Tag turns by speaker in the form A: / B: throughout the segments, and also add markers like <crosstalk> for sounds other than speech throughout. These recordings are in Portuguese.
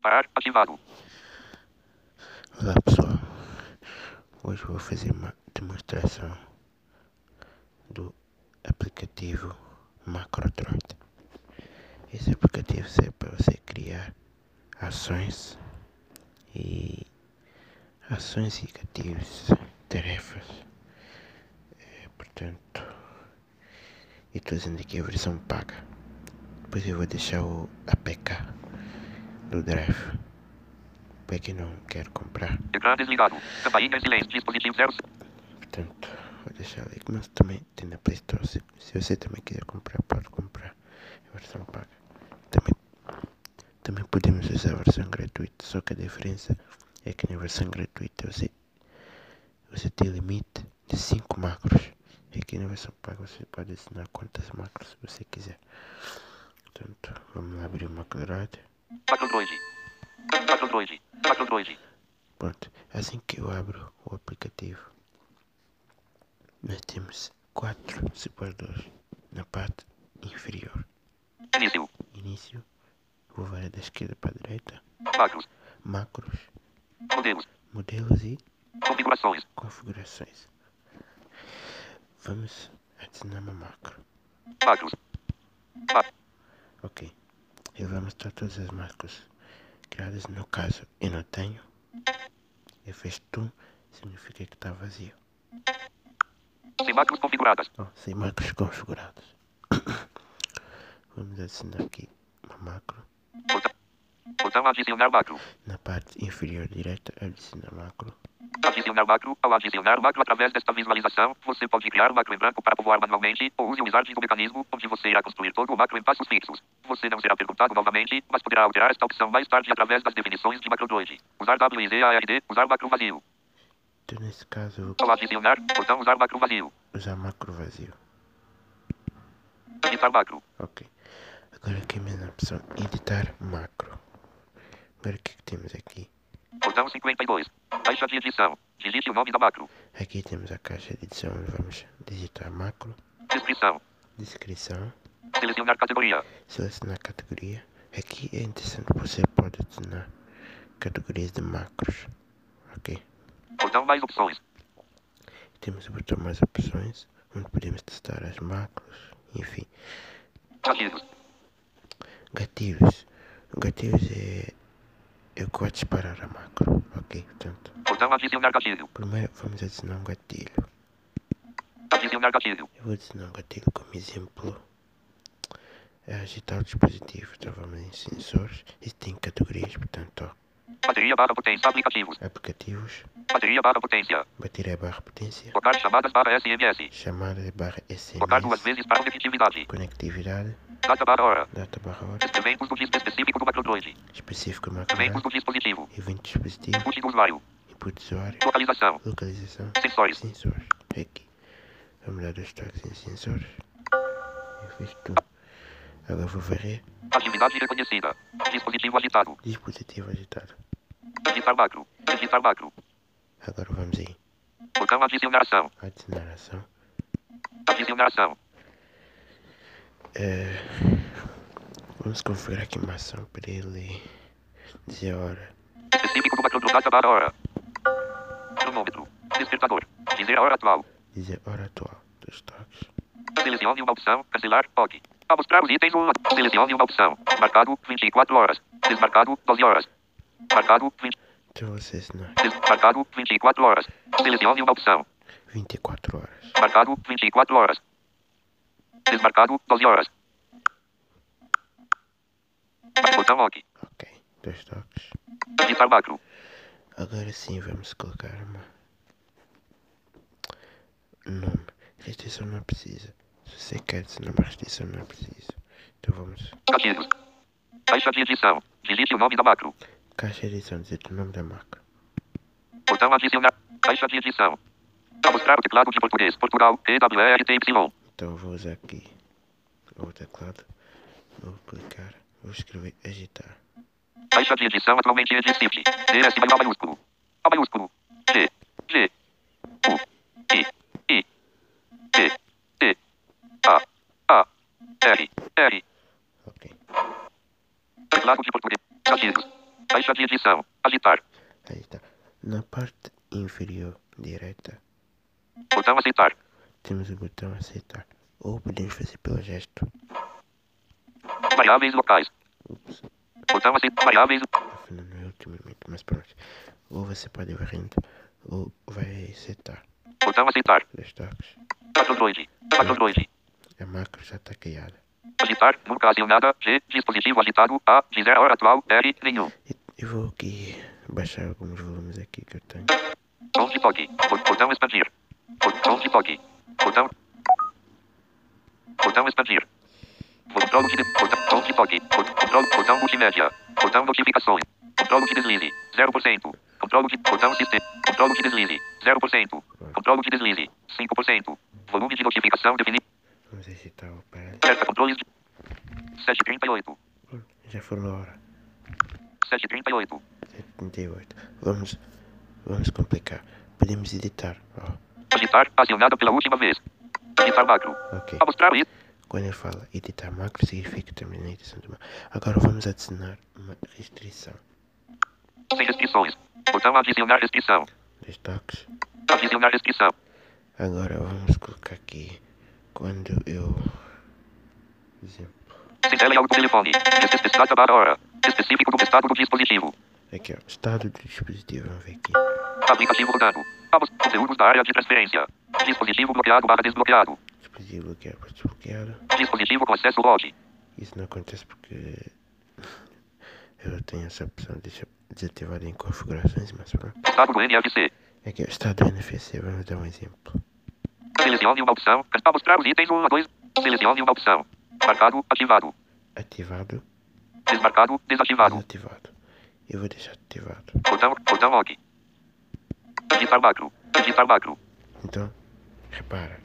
A: Parar ativado.
B: Olá pessoal, hoje vou fazer uma demonstração do aplicativo MacroTrot. Esse aplicativo serve para você criar ações e ações e gatilhos, tarefas. É, portanto, eu estou dizendo aqui a versão paga. Depois eu vou deixar o APK do Drive. Porque não quero comprar.
A: Ecrã desligado. Campainha em silêncio. Dispositivo zero.
B: Portanto, vou deixar ali. Mas também tem na Play Store. Se, se você também quiser comprar, pode comprar. A versão paga. Também, também podemos usar a versão gratuita. Só que a diferença é que na versão gratuita você, você tem limite de 5 macros. E aqui na versão paga você pode assinar quantas macros você quiser. Portanto, vamos lá abrir uma quadrada.
A: Macro Droid. Macro Droid. Macro Droid.
B: Pronto, assim que eu abro o aplicativo, nós temos quatro separadores na parte inferior.
A: Início.
B: Início, vou varrer da esquerda para a direita,
A: Macros.
B: macros,
A: Modelos.
B: modelos e
A: Configurações.
B: configurações. Vamos adicionar uma macro.
A: Macros. Ma
B: Ok, e vamos mostrar todas as macros criadas. No caso, eu não tenho. Eu fiz tu, significa que está vazio.
A: sem macros configuradas.
B: Ó, sem macros configurados. <coughs> Vamos adicionar aqui uma macro.
A: Botão. Botão adicionar macro.
B: Na parte inferior direita, adicionar macro.
A: Adicionar macro. Ao adicionar macro através desta visualização, você pode criar um macro em branco para povoar manualmente ou use o wizard do mecanismo onde você irá construir todo o macro em passos fixos. Você não será perguntado novamente, mas poderá alterar esta opção mais tarde através das definições de macro droid. Usar WZARD. Usar macro vazio.
B: Então, nesse caso, eu vou
A: Ao adicionar, botão usar macro vazio.
B: usar macro vazio.
A: Editar macro.
B: Ok. Agora aqui mesmo a opção editar macro. Agora o que, que temos aqui?
A: Botão 52. Caixa de edição. Digite o nome da macro.
B: Aqui temos a caixa de edição onde vamos digitar macro,
A: Descrição.
B: descrição,
A: Selecionar categoria.
B: selecionar categoria. Aqui é interessante, você pode adicionar categorias de macros. Ok.
A: Botão mais opções.
B: Temos o botão mais opções, onde podemos testar as macros, enfim.
A: Gatilhos.
B: Gatilhos. Gatilhos é. Eu vou disparar a macro. Ok, portanto.
A: Botão adicionar gatilho.
B: Primeiro vamos adicionar um gatilho.
A: Adicionar gatilho.
B: Eu vou adicionar um gatilho como exemplo. É agitar o dispositivo. Então vamos em sensores. Isso tem categorias, portanto, ó,
A: Bateria barra potência. Aplicativos.
B: aplicativos.
A: Bateria barra potência.
B: Bateria barra potência.
A: Tocar chamadas barra SMS.
B: Chamada barra
A: Tocar duas
B: SMS.
A: vezes para conectividade.
B: Conectividade.
A: Data barra hora.
B: Data barra hora.
A: Eventos do disco específico do macrodroid.
B: Específico macro.
A: Eventos do dispositivo.
B: Evento dispositivo.
A: Input do usuário.
B: Input usuário.
A: Localização.
B: Localização.
A: Sensores.
B: Sensores. Aqui. É Vamos dar dois toques em sensores. Eu fiz tudo. Agora vou varrer.
A: Atividade reconhecida. Dispositivo agitado.
B: Dispositivo agitado.
A: Editar macro. Editar macro.
B: Agora vamos em
A: Botão adicionar ação.
B: adicionar ação.
A: Adicionar ação.
B: É, vamos configurar aqui uma ação para ele dizer a hora.
A: Específico do macrodroid. Data barra hora. Cronômetro. Despertador. Dizer a hora atual.
B: Dizer a hora atual dos toques.
A: Selecione uma opção, cancelar, OK. Para mostrar os itens, um. selecione uma opção. Marcado, 24 horas. Desmarcado, 12 horas. Marcado, 20...
B: Então vocês na
A: Desmarcado, 24 horas. Selecione uma opção.
B: 24 horas.
A: Marcado, 24 horas. Desmarcado, 12 horas. Botão OK.
B: Ok, dois toques.
A: Editar macro.
B: Agora sim vamos colocar uma nome. Restrição não precisa. Se você quer adicionar uma restrição não precisa. Então vamos.
A: Gatilhos. Caixa de edição. Digite o nome da macro.
B: Caixa de edição dizer o nome da macro.
A: Botão adicionar. Caixa de edição. Para mostrar o teclado de português, Portugal, EWRTY.
B: Então eu vou usar aqui o teclado. Vou clicar. Vou escrever agitar.
A: Caixa de edição atualmente existe. DS maior maiúsculo. A maiúsculo. G. G. U. I. I. T. T. A. A. R. R.
B: Ok.
A: Teclado de português. Gatilhos. Caixa de edição. Agitar.
B: Aí está. Na parte inferior direita
A: Botão aceitar.
B: temos o botão aceitar. Ou podemos fazer pelo gesto.
A: Variáveis locais.
B: Ups,
A: Botão aceitar. Variáveis.
B: afinal não é ultimamente, mas pronto. Ou você pode ir varrendo, ou vai aceitar.
A: Botão aceitar.
B: Dois toques.
A: Patrão Droid. Patrão Droid.
B: A macro já está criada.
A: Agitar. Nunca acionada. G. Dispositivo agitado. A. Dizer a hora atual. R. Nenhum.
B: E eu vou aqui baixar alguns volumes aqui que eu tenho.
A: Som de toque. Bo- Botão expandir. Bo- Som de toque. Botão. Botão expandir. Controlo de. de- Botão som de toque. Bo- Controlo. Botão multimédia. Botão notificações. Controlo de deslize. 0%. Controlo de. Botão sistema. Controlo de deslize. 0%. Controlo de deslize. 5%. Volume de notificação definido.
B: Vamos agitar o aparelho.
A: Alerta controles de. 738.
B: Pronto, Já foi a hora.
A: 738.
B: 78. Vamos, vamos complicar. Podemos editar. ó,
A: Agitar. Acionada pela última vez. Agitar macro.
B: ok.
A: Mostrar isso.
B: Quando eu falo editar macro, significa também na edição do macro. Agora vamos adicionar uma restrição.
A: Sem restrições. Botão adicionar restrição.
B: Dois toques.
A: Adicionar restrição.
B: Agora vamos colocar aqui. Quando eu. por Exemplo.
A: Centelha ao telefone. Especificada barra hora. Específico do estado do dispositivo.
B: Aqui, ó. Estado do dispositivo. Vamos ver aqui.
A: Aplicativo rodando. Abos. Conteúdos da área de transferência. Dispositivo bloqueado barra desbloqueado.
B: Dispositivo que é desbloqueado.
A: Dispositivo com acesso log.
B: Isso não acontece porque. Eu tenho essa opção deixa- desativada em configurações, mas pronto.
A: Estado do NFC.
B: Aqui, ó. Estado NFC. Vamos dar um exemplo.
A: Selecione uma opção. Para mostrar os itens 1 a 2. Selecione uma opção. Marcado. Ativado.
B: Ativado.
A: Desmarcado. Desativado.
B: Desativado. Eu vou deixar ativado.
A: Botão. Botão log. Editar macro. Editar macro.
B: Então, repara.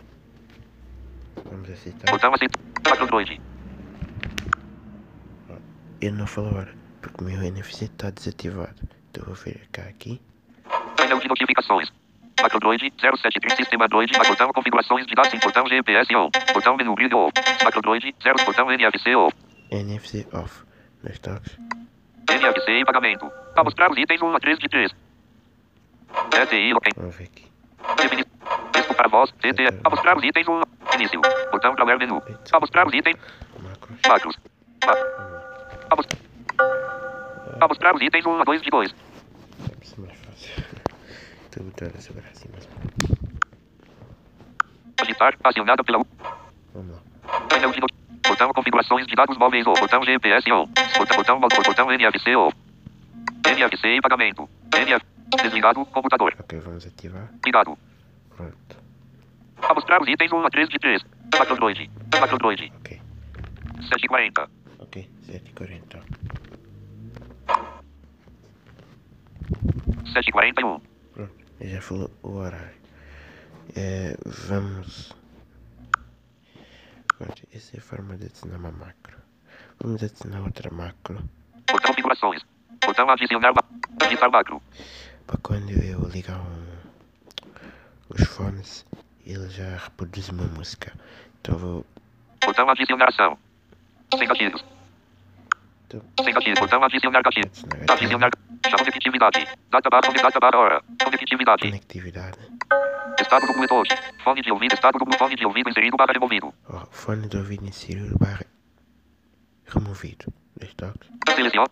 B: Vamos aceitar.
A: Botão aceito. Macro Droid.
B: Eu não falo hora, porque o meu NFC está desativado. Então eu vou vir cá aqui.
A: Painel de notificações. Macro Droid 073 Sistema Droid. Botão configurações de dados em botão GPS ou botão menu grid ou Macro Droid 0 botão NFC ou
B: NFC off. Dois toques.
A: NFC em pagamento. Para mostrar os itens 1 a 3 de 3. TTI ok.
B: Vamos ver aqui.
A: Defini- Texto para voz. TT. Para mostrar os itens 1. Início. Botão para ler menu. Para mostrar os itens.
B: Macros.
A: Macros. Para mostrar os itens 1 a 2 de 2.
B: Deve ser mais fácil. <laughs> Então, Estou botando essa para cima.
A: Agitar. Acionada pela U.
B: Vamos lá.
A: Painel de notificações. Botão configurações de dados móveis ou botão GPS ou botão, botão, botão, botão NFC ou NFC em pagamento. NF, desligado, computador.
B: Ok, vamos ativar.
A: Ligado.
B: Pronto.
A: Para mostrar os itens 1 a 3 de 3. Macrodroid. Macrodroid.
B: Ok.
A: 740.
B: Ok. 7h40.
A: 741.
B: Pronto. Eu já falou o horário. É, vamos. Pronto, essa é a forma de adicionar uma macro. Vamos adicionar outra macro.
A: Botão configurações. Botão adicionar. ma- Editar macro.
B: Para quando eu ligar um- os fones, ele já reproduz uma música. Então vou.
A: Botão adicionar ação. Sem gatilhos.
B: Então,
A: Sem gatilhos. Botão adicionar gatilho.
B: adicionar
A: Adicionar. Chama conectividade. Data barra data barra hora. Conectividade.
B: conectividade.
A: Estado do Bluetooth. Fone de ouvido. Estado do fone de ouvido inserido barra removido.
B: Ó, fone do ouvido inserido barra removido. Dois toques.
A: Selecione.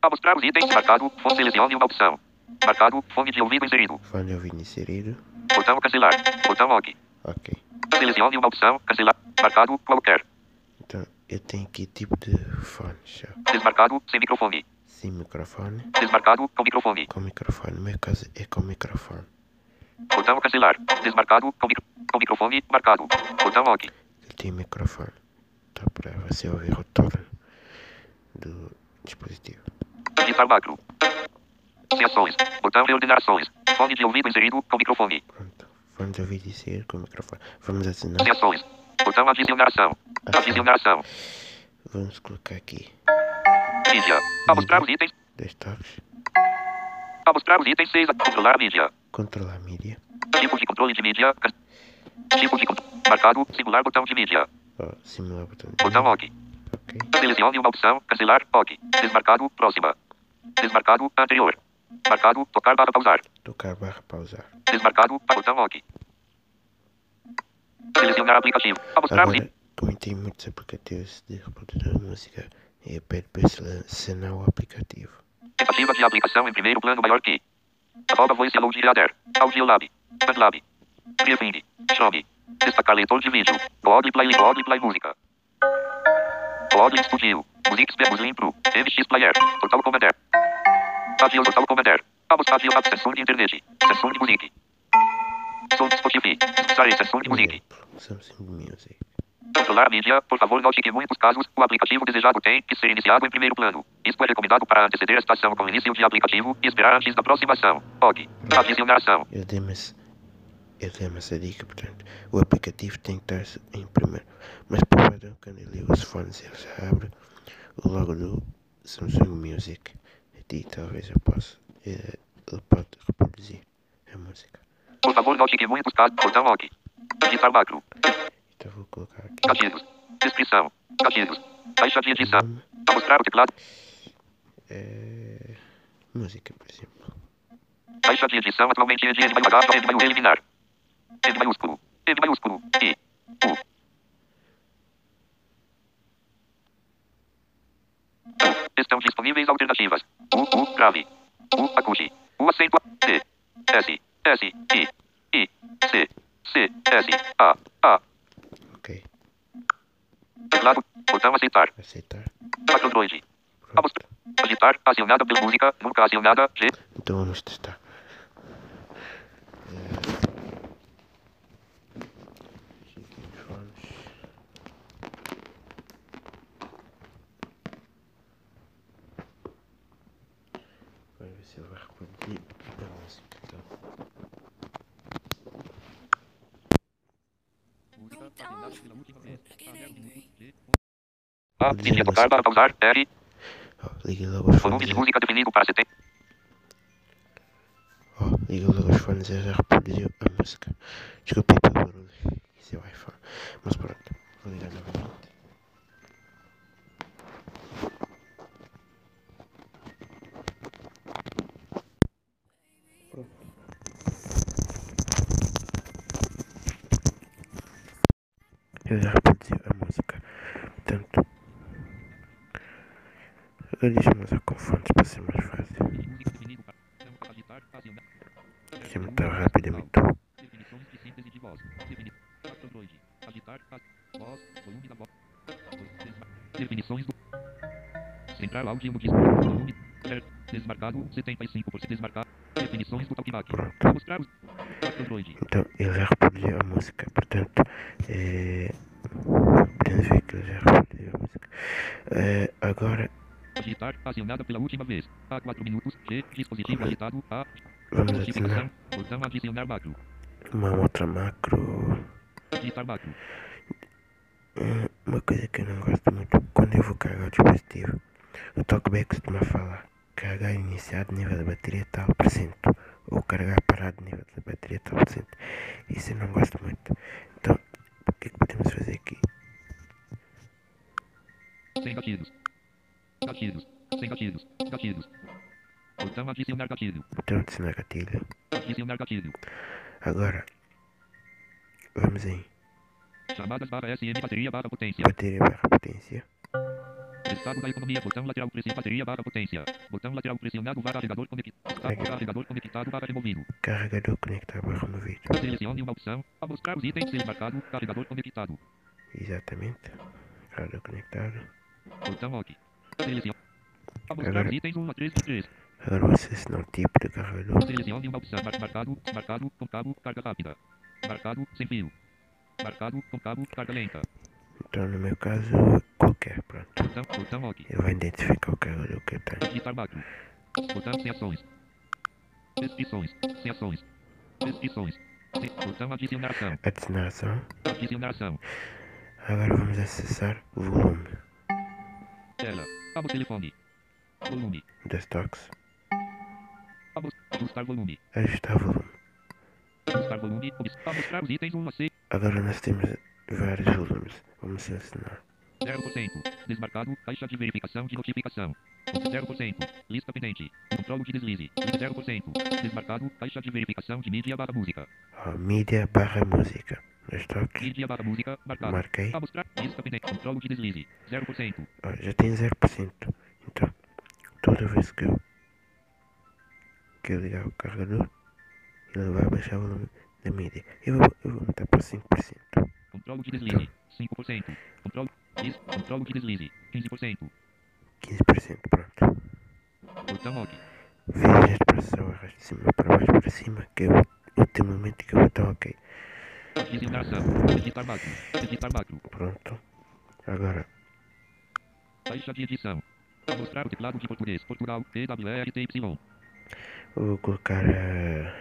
A: Para mostrar os itens marcado, fone selecione uma opção. Marcado, fone de ouvido inserido.
B: Fone do ouvido inserido.
A: Botão cancelar. Botão log.
B: Ok.
A: Selecione uma opção, cancelar. Marcado, qualquer.
B: Então eu tenho aqui tipo de fone. já.
A: Desmarcado, sem microfone.
B: Sem microfone.
A: Desmarcado, com microfone.
B: Com microfone. No meu caso é com microfone.
A: Botão cancelar. Desmarcado, com, micro... com microfone, marcado. Botão log.
B: Eu tenho microfone. Então para você ouvir o torno do dispositivo.
A: Digitar macro. Sem ações. Botão reordenar ações. Fone de ouvido inserido, com microfone.
B: Pronto. Fone do ouvido inserido com microfone. Vamos
A: Sem
B: adicionar.
A: ações. Botão adicionar ação. Adicionar ação.
B: Vamos colocar aqui
A: Mídia. Para mostrar os itens.
B: dois toques.
A: Para mostrar os itens 6. Controlar a mídia.
B: Controlar a mídia.
A: Tipo de controle de mídia. Tipo de controle. Marcado. Singular botão de mídia.
B: Ó, simular o botão. de
A: Botão
B: mídia.
A: OK.
B: Ok.
A: Selecione uma opção. Cancelar. OK. Desmarcado. Próxima. Desmarcado, anterior. Marcado, tocar barra pausar.
B: Tocar barra pausar.
A: Desmarcado, botão lock. Selecionar aplicativo. Amostrar
B: Agora, como tem muitos aplicativos de reprodutor de música, eu pede para selecionar o aplicativo.
A: Tentativa de aplicação em primeiro plano maior que. Arroba voice alone radar. Audio lab. Bandlab. Refine. Chove. Destacar leitor de vídeo. Blog play blog play música. Blog studio. Music spemos limpro. MX player. Total commander. Avio total commander. Amos avio app sensor de internet. Sensor de music. Som Spotify. Sare sensor de music.
B: Exemplo, Samsung Music.
A: Controlar mídia, por favor note que em muitos casos o aplicativo desejado tem que ser iniciado em primeiro plano. Isto é recomendado para anteceder a estação com início de aplicativo e esperar antes da aproximação. Og. Adicionar ação.
B: Eu dei-me esse- eu dei-me essa dica, portanto, o aplicativo tem que estar em primeiro. Mas por padrão, quando eu ligo um os fones, ele já abre o logo do Samsung Music. E talvez eu possa, eh, ele pode reproduzir a música.
A: Por favor note que em muitos casos botão log. Editar macro.
B: Então vou colocar aqui
A: Gatilhos. Descrição. Gatilhos. Caixa de edição.
B: Hum.
A: Mostrar o teclado.
B: eh, música, por exemplo.
A: Caixa de edição atualmente é de N maiúsculo. N maiúsculo. Eliminar. N maiúsculo. N maiúsculo. E. U. Estão disponíveis alternativas. U, U, grave. U, acute. U, acento. C. S. S. I. I. C. C. S. A. A.
B: Ok,
A: Teclado. Botão aceitar.
B: aceitar.
A: Macrodroid.
B: Pronto.
A: Agitar. Acionada pela música. Nunca acionada. G.
B: Então vamos testar. Eh, aqui os fones. Vamos ver se ele vai reproduzir a música. Então.
A: A. Linha tocar para pausar. R.
B: Oh, ligue logo
A: Volume
B: os fones.
A: de
B: ele-
A: música definido para 70.
B: Oh, ligue logo os fones. ele já reproduziu a música. Desculpe pelo barulho. Isso é o iPhone. Mas pronto, vou ligar novamente. Eu já reproduzi a música. Portanto, agora deixa-me usar com fones para ser mais fácil. Porque é muito rápido, é muito.
A: Definições de síntese de voz. Defini- Factonoide. Agitar. a- Voz. Volume da voz. Desma- Definições do. Central áudio no disco. Volume. Alerta. Desmarcado. 75% desmarcado. Definições do TalkBack.
B: Pronto.
A: Mostrar os. Factonoide.
B: Então, ele já reproduziu a música. Portanto, é. Podemos ver que ele já reproduziu a música. É, agora,
A: Agitar. Acionada pela última vez. A 4 minutos. G. Dispositivo agitado. A.
B: vamos adicionar
A: Notificação. Botão adicionar macro.
B: uma outra macro.
A: Agitar macro.
B: Hum, Uma coisa que eu não gosto muito, quando eu vou carregar o dispositivo, o TalkBack costuma falar carregar iniciado nível da bateria tal por cento ou carregar parado nível da bateria tal por cento. Isso eu não gosto muito. Então, o que é que podemos fazer aqui?
A: Sem gatilhos. Gatilhos. Sem gatilhos. Gatilhos. Botão adicionar gatilho.
B: Botão Então, adicionar gatilho.
A: Adicionar gatilho.
B: Agora, vamos em
A: Chamadas barra SM bateria barra potência.
B: bateria barra potência.
A: Estado da economia. Botão lateral pressionado. Bateria barra potência. Botão lateral pressionado. barra Carregador conectado.
B: Legal.
A: Carregador conectado barra removido.
B: Carregador conectado barra removido.
A: Selecione uma opção. A mostrar os itens desmarcado. Carregador conectado.
B: Exatamente. Carregador conectado.
A: Botão OK. Selecione. A mostrar
B: Agora-
A: os itens 1 a 3 de 3.
B: Agora vou selecionar o tipo de carregador.
A: Selecione uma opção. Mar marcado. Marcado. Com cabo. Carga rápida. Marcado. Sem fio. Marcado. Com cabo. Carga lenta.
B: Então, no meu caso, qualquer. Pronto.
A: Botão, botão OK.
B: Ele vai identificar o carregador que eu tenho.
A: Editar macro. Botão sem ações. Descrições. Sem ações. Descrições. Sem- Botão adicionar ação.
B: Adicionar ação.
A: Adicionar ação.
B: Agora vamos acessar o volume
A: Tela. Aba telefone. Volume.
B: das toques.
A: Aba ajustar volume.
B: Ajustar volume.
A: Ajustar volume. Obs- Aba mostrar os itens 1 a 6.
B: Agora nós temos vários volumes. Vamos selecionar
A: 0%. Desmarcado. Caixa de verificação de notificação. 0%. Lista pendente. Controlo de deslize. 0%. Desmarcado. Caixa de verificação de mídia barra música.
B: Ó, mídia barra música. Nos toques.
A: Mídia barra música. Marcado.
B: Marquei.
A: Amostrar. Lista pendente. Controlo de deslize. 0%.
B: Ó, Ah, já tem 0%. Então, toda vez que eu, que eu ligar o carregador, ele vai baixar o volume da mídia. Eu, vou- eu vou botar para 5%.
A: Controlo de deslize. 5%. Controlo. Des... Controlo de deslize. 15%.
B: 15%, pronto.
A: Botão OK.
B: Veja a expressão, arraste de cima para baixo para cima, que é o último momento que eu vou estar ok.
A: Designar ação. Editar macro. Editar macro.
B: Pronto. Agora,
A: Caixa de edição. Amostrar o teclado de português. Portugal. EWRTY.
B: eu vou colocar a...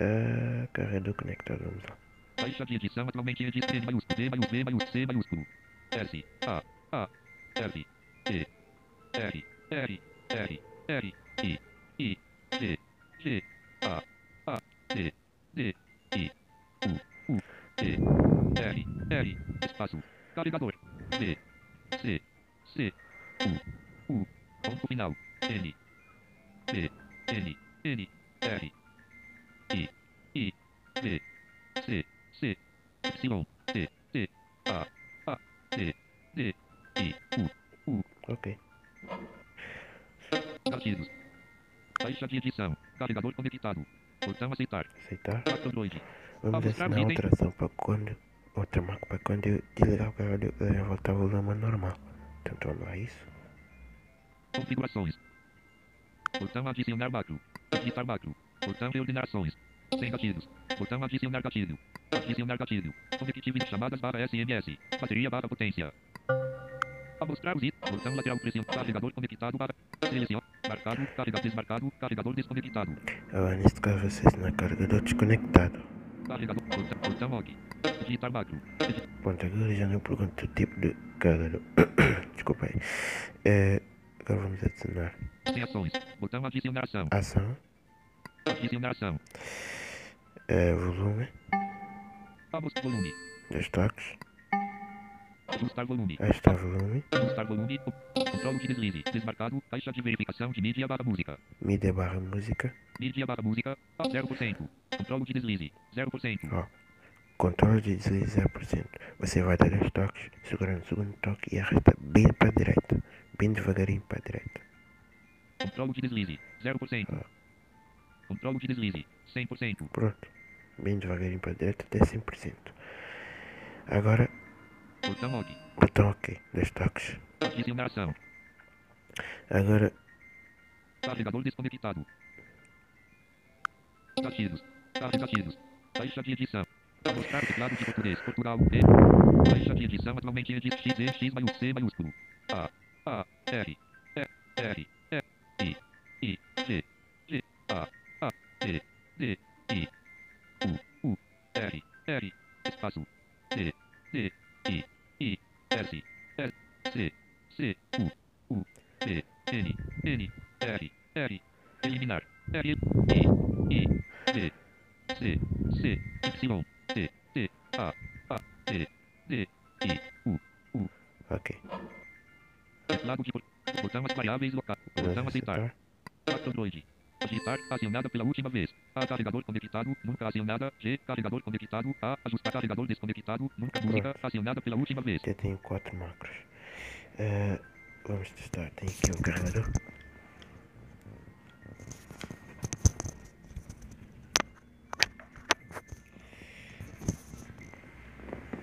B: a carregador conectado, vamos lá.
A: Caixa de edição atualmente edita N maiúsculo, D maiúsculo, V maiúsculo, C maiúsculo. S, A, A, L, E, R, R, R, R, I, I, G, G, A, A, D, D, I, U, U, E, R, R, espaço, carregador, D, C, C, U, U, ponto final, N, D, N, N, R, I, I, D, C, C, Y, T, T, A, A, T, D, I, U, U,
B: Ok.
A: gatilhos. Caixa de edição, carregador conectado. Botão aceitar,
B: Aceitar.
A: Android.
B: Vamos
A: Vamos
B: assinar
A: pra
B: outra
A: vida,
B: alteração para quando... Outra marca para quando eu desligar o carregador, ele vai voltar ao volume normal. Então vamos lá, isso.
A: Configurações. Botão adicionar macro, editar macro. Botão reordenar ações. Sem gatilhos. Botão adicionar gatilho. Adicionar gatilho. Conectividade chamadas barra SMS. Bateria barra potência. Amostrar os itens. Botão lateral pression. Carregador conectado barra. Selecion. Marcado. Carregador desmarcado. Carregador desconectado.
B: Agora neste caso vocês assinar carregador desconectado.
A: Carregador. Botão, botão log. Digitar macro. Edit-
B: Pronto, agora tá já não pergunto o tipo de carregador. <coughs> Desculpa aí. Eh, agora vamos adicionar
A: Sem ações. Botão adicionar ação.
B: ação,
A: Adicionar ação.
B: eh, volume,
A: Amos volume.
B: dois toques,
A: Ajustar volume.
B: aí está volume,
A: Ajustar volume. Controle de deslize. Desmarcado. Caixa de verificação de mídia barra música.
B: mídia barra música,
A: Mídia barra música. a 0%. Controle de deslize. 0%.
B: ó, controle de deslize 0%. Você vai dar dois toques, segurando o segundo toque e arrasta bem para a direita, bem devagarinho para a direita.
A: Controle de deslize. 0%. Controle de deslize. 100%.
B: Pronto, bem devagarinho para a direita até 100%. Agora,
A: Botão log.
B: botão ok, dois toques.
A: Adicionar ação.
B: Agora,
A: Carregador desconectado. Gatilhos. Carre gatilhos. Caixa de edição. Mostrar o teclado de português. Portugal. E. Caixa de edição atualmente edit X, E, X, maiúsculo, C, maiúsculo. A. A. R. E. R. E. I. I. G. G. A. A. T. D. I. U. U. R. R. Espaço. D. D. I. I. S. S. C. C. U. U. T. N. N. R, R, eliminar, R, I, I, D, C, C, Y, T, T, A, A, T, D, I, U,
B: ok,
A: teclado de bot- botão as variáveis local,
B: vamos
A: botão aceitar,
B: aceitar.
A: Android, digitar, acionada pela última vez, A, carregador conectado, nunca acionada, G, carregador conectado, A, ajustar carregador desconectado, nunca música, acionada pela última vez,
B: Já tenho quatro macros. Eh, vamos testar. Tem aqui um carregador.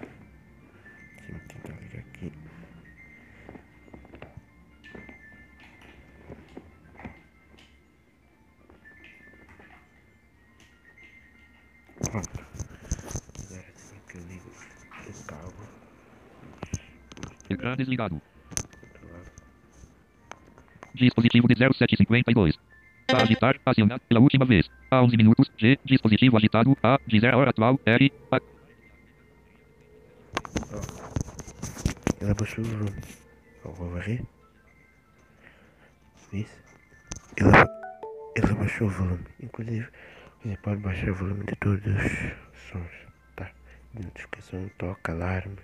B: Deixa-me tentar ligar aqui. Pronto. Agora tenho que ligo o cabo.
A: ecrã desligado,
B: tá
A: dispositivo de 0752. A agitar, acionado pela última vez. A 11 minutos, G, dispositivo agitado, A, dizer a hora atual, R, A,
B: Ela baixou o volume. Eu vou varrer. Isso. Ela, ela baixou o volume. Inclusive, você pode baixar o volume de todos os sons. Tá? De notificação, toca, alarme,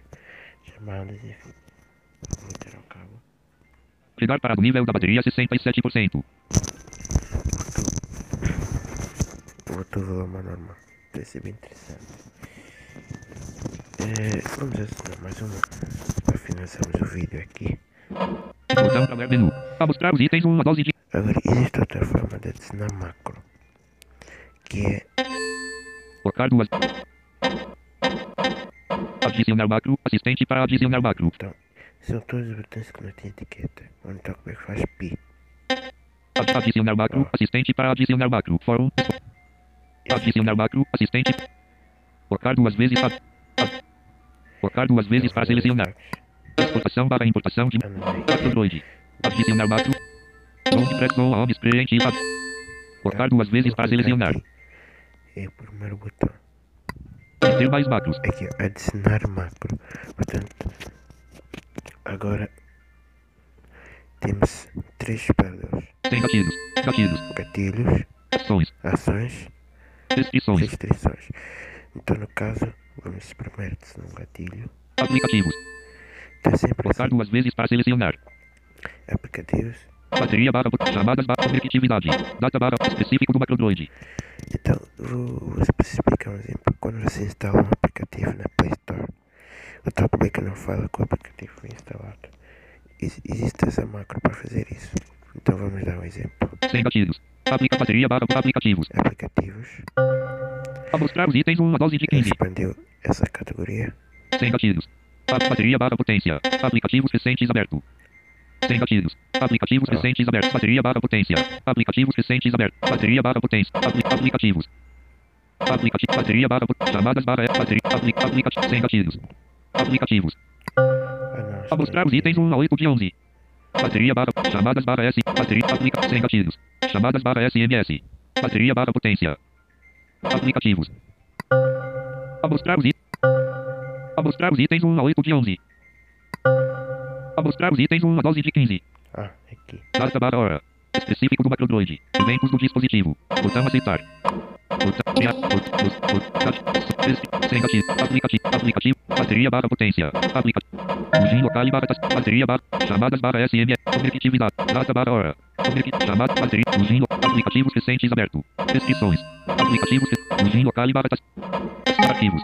B: chamadas e meter ao cabo.
A: Chegar para o nível da bateria 67%.
B: Botou o volume ao normal. Deve ser bem interessante. É, vamos assinar mais uma. Para finalizarmos o vídeo aqui.
A: Botão para ver menu. Para mostrar os itens 1 a 12 de...
B: Agora, existe outra forma de adicionar macro. Que é
A: Colocar duas. Adicionar macro. Assistente para adicionar macro.
B: Então, são todos os botões que não têm etiqueta. Onde toca o que faz pi.
A: Ad- Adicionar macro. Assistente para adicionar macro. Fórum. Adicionar macro. Assistente. Colocar duas vezes para... ad- Colocar duas vezes para selecionar. Exportação barra importação de...
B: Ah, não, é.
A: Macro Droid. Adicionar macro. Long press go on preenchido. Colocar duas vezes para selecionar.
B: É o primeiro botão.
A: Ter mais macros.
B: Aqui, ó, adicionar macro. Portanto, agora temos três paddles.
A: Sem gatilhos. Gatilhos.
B: Gatilhos,
A: Ações.
B: ações,
A: Restrições.
B: restrições. Então, no caso, vamos primeiro adicionar um gatilho.
A: Aplicativos.
B: Está sempre
A: Colocar
B: assim,
A: duas vezes para selecionar.
B: aplicativos.
A: Bateria barra chamadas barra conectividade. Data barra específico do macrodroid.
B: Então, vou, vou especificar um exemplo. Quando você instala um aplicativo na Play Store, o TalkBack não fala que o aplicativo foi instalado. Ex- existe essa macro para fazer isso. Então, vamos dar um exemplo.
A: Sem gatilhos. Aplica bateria barra aplicativos.
B: Aplicativos,
A: Para mostrar os itens 1 a 12 de 15.
B: expandiu essa categoria.
A: Sem gatilhos. A bateria barra potência. Aplicativos recentes aberto. Sem gatilhos. Aplicativos
B: Ah.
A: recentes aberto. Bateria barra potência. Aplicativos recentes aberto. Bateria barra potência. Apli aplicativos. Aplicativo. Bateria barra potência. Chamadas barra bateria. Apli aplicativo. Sem gatilhos. Aplicativos.
B: Ah, não,
A: Para mostrar os
B: expandiu.
A: itens 1 a 8 de 11. Bateria barra. Chamadas barra S. Bateria. Aplica. Sem gatilhos. Chamadas barra SMS. Bateria barra potência. Aplicativos. Para mostrar os itens. Para mostrar os itens 1 a 8 de 11. Para mostrar os itens 1 a 12 de 15.
B: Ah, aqui.
A: Data barra hora. Específico do macrodroid. Eventos do dispositivo. Botão aceitar. Botão. Criar. Bot- bot- bot- cat- Sem gatilho. Aplicativo. Aplicativo. Bateria barra potência. Aplicativo. Fugir local e barra. tas- Bateria barra. Chamadas barra SMS. Conectividade. Data barra hora. Conecti- Chamada. Bateria. Fugir local. Aplicativos recentes aberto. Descrições. Aplicativos. re- Fugir local e barra. tas- Arquivos.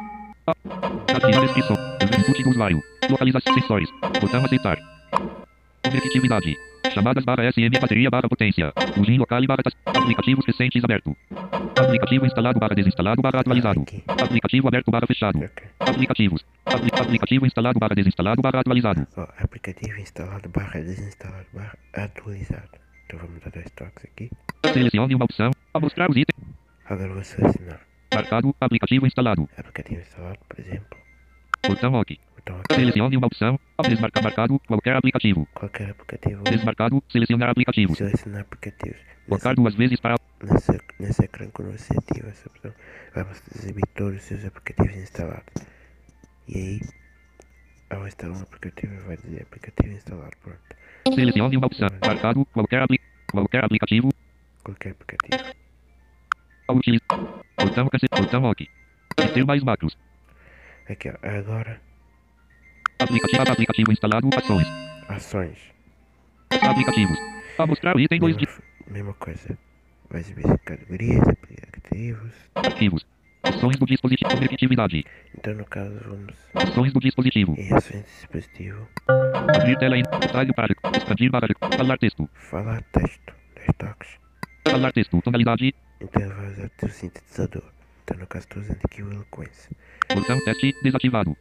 A: A- Gatilho. Descrição. Input do usuário. Localização. Sensores. Botão aceitar. Conectividade. Chamadas barra SM, bateria barra potência. Login local e barra tas- Aplicativos recentes aberto. Aplicativo instalado barra desinstalado barra atualizado.
B: Aqui.
A: Aplicativo aberto barra fechado.
B: Ok.
A: Aplicativos. Apli- aplicativo instalado barra desinstalado barra atualizado.
B: Ó, aplicativo instalado, barra desinstalado, barra atualizado. Então, vamos dar dois toques aqui.
A: Selecione uma opção. Para mostrar os itens.
B: Agora, vou selecionar
A: Marcado. Aplicativo instalado.
B: aplicativo instalado, por exemplo.
A: Botão OK.
B: Então,
A: Selecione uma opção. Desmarcar marcado. Qualquer aplicativo.
B: qualquer aplicativo.
A: Desmarcado. Selecionar aplicativos.
B: Selecionar aplicativos.
A: Colocar duas vezes para.
B: Nesse, nesse ecrã, quando você ativa essa opção, vai você exibir todos os seus aplicativos instalados. E aí, ao instalar um aplicativo, vai dizer aplicativo instalado. Pronto,
A: Selecione uma opção. Marcado. Qualquer, apli- qualquer aplicativo.
B: qualquer aplicativo.
A: Utiliz... Botão cacete. Botão OK. Ter mais macros.
B: Aqui, ó, agora,
A: Aplicativo, aplicativo instalado, ações,
B: ações.
A: aplicativos. A mostrar o item 2 de
B: Mesma, f- mesma coisa. Vai exibir categorias, aplicativos.
A: arquivos. Ações do dispositivo, conectividade.
B: Então, no caso, vamos
A: Ações do dispositivo.
B: em ações de dispositivo,
A: Abrir tela em detalhe para expandir para falar texto.
B: falar texto, dois toques.
A: Falar texto, tonalidade,
B: Então, ele vai usar o teu sintetizador. Então, no caso, estou usando aqui o eloquência.
A: botão teste desativado.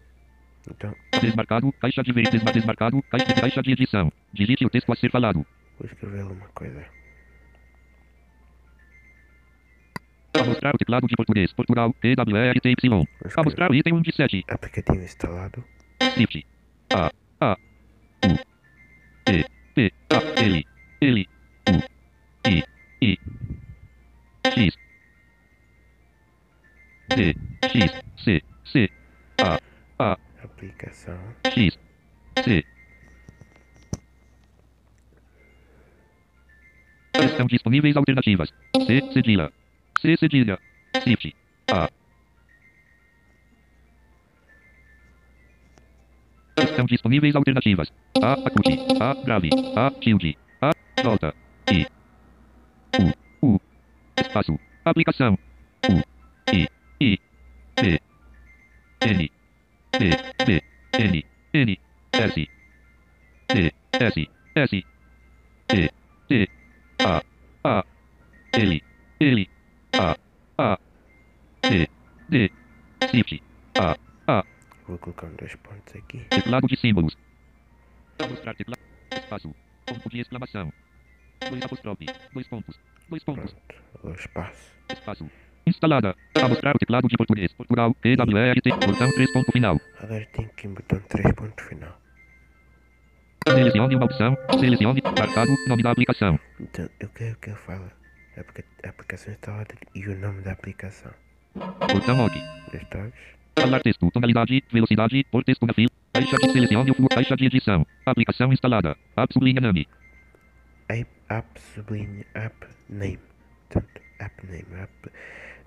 B: Então,
A: Desmarcado, caixa de ver, desma- desmarcado, caixa, caixa de edição. Digite o texto a ser falado.
B: vou escrever uma coisa.
A: A mostrar o teclado de português, Portugal, TWRTY.
B: Vou
A: A
B: escrever
A: mostrar o item 1 de 7.
B: aplicativo instalado.
A: Shift. A. A. U. E. P. A. L. L. U. I. I. X. D. X. C. C. A. A.
B: Aplicação.
A: X. C. Estão disponíveis alternativas. C. Cedilha. C. Cedilha. Shift. A. São disponíveis alternativas. A, acute. A, grave. A, tilde. A, nota. I. U. U. Espaço. Aplicação. U. I. I. B. N. B. B. N. N. S. T. S. S. E. T. A. A. L. L. A. A. D. D. Shift. A. A.
B: Vou colocar um dois pontos aqui.
A: Teclado de símbolos. Mostrar teclado. Espaço. Ponto de exclamação. Dois apostrofe. Dois pontos. Dois pontos.
B: Pronto. O espaço.
A: Espaço. Instalada. A mostrar o teclado de português. Portugal. PWRT. Botão 3. Ponto final.
B: Agora tem que botar um três pontos final.
A: Selecione uma opção. Selecione. Marcado. Nome da aplicação.
B: Então, eu quero que eu fale a aplica- a aplicação instalada e o nome da aplicação.
A: Botão OK.
B: Dois toques.
A: Falar texto. Tonalidade. Velocidade. Por texto na fila. Caixa de selecione o fluxo. Caixa de edição. Aplicação instalada. App sublinha name.
B: App, app sublinha, app name. Portanto, app name, app,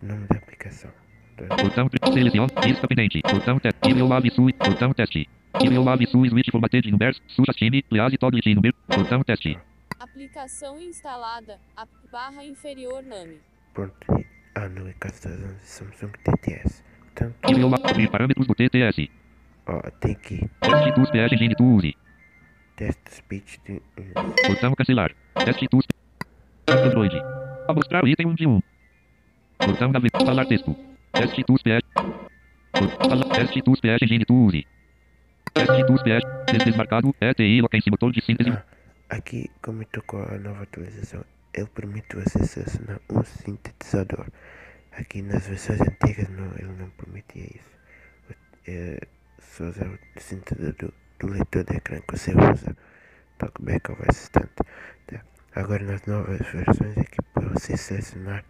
B: nome da aplicação. Dois-
A: Botão tre- selecione. Lista pendente. Botão teste. E-mail lave sui. Botão teste. E-mail lave sui. Switch formatted numbers. Sugestime. Lease toglit number. Botão teste.
C: Aplicação instalada. A barra inferior name.
B: Pronto. E- Ah, não é caso das 11 Samsung TTS. Portanto,
A: E-mail lave. Abrir parâmetros do TTS.
B: ó, tem aqui.
A: Testitus PG Genituse.
B: Test speech de. um
A: Botão cancelar. Testitus. App Android. Amostrar o item 1 de 1. Botão nave. Falar texto. Testitus PG. Testitus PG Genituse. Testitus PG. Desmarcado. ETI. Loquense motor de síntese.
B: Ah, aqui, como tocou a nova atualização, ele permite o acesso a um sintetizador. Aqui nas versões antigas não, ele não permitia isso. O- É, só usar o sintetizador do leitor de ecrã que você usa. Talkback over assistente. Tá. Agora nas novas versões aqui para você selecionar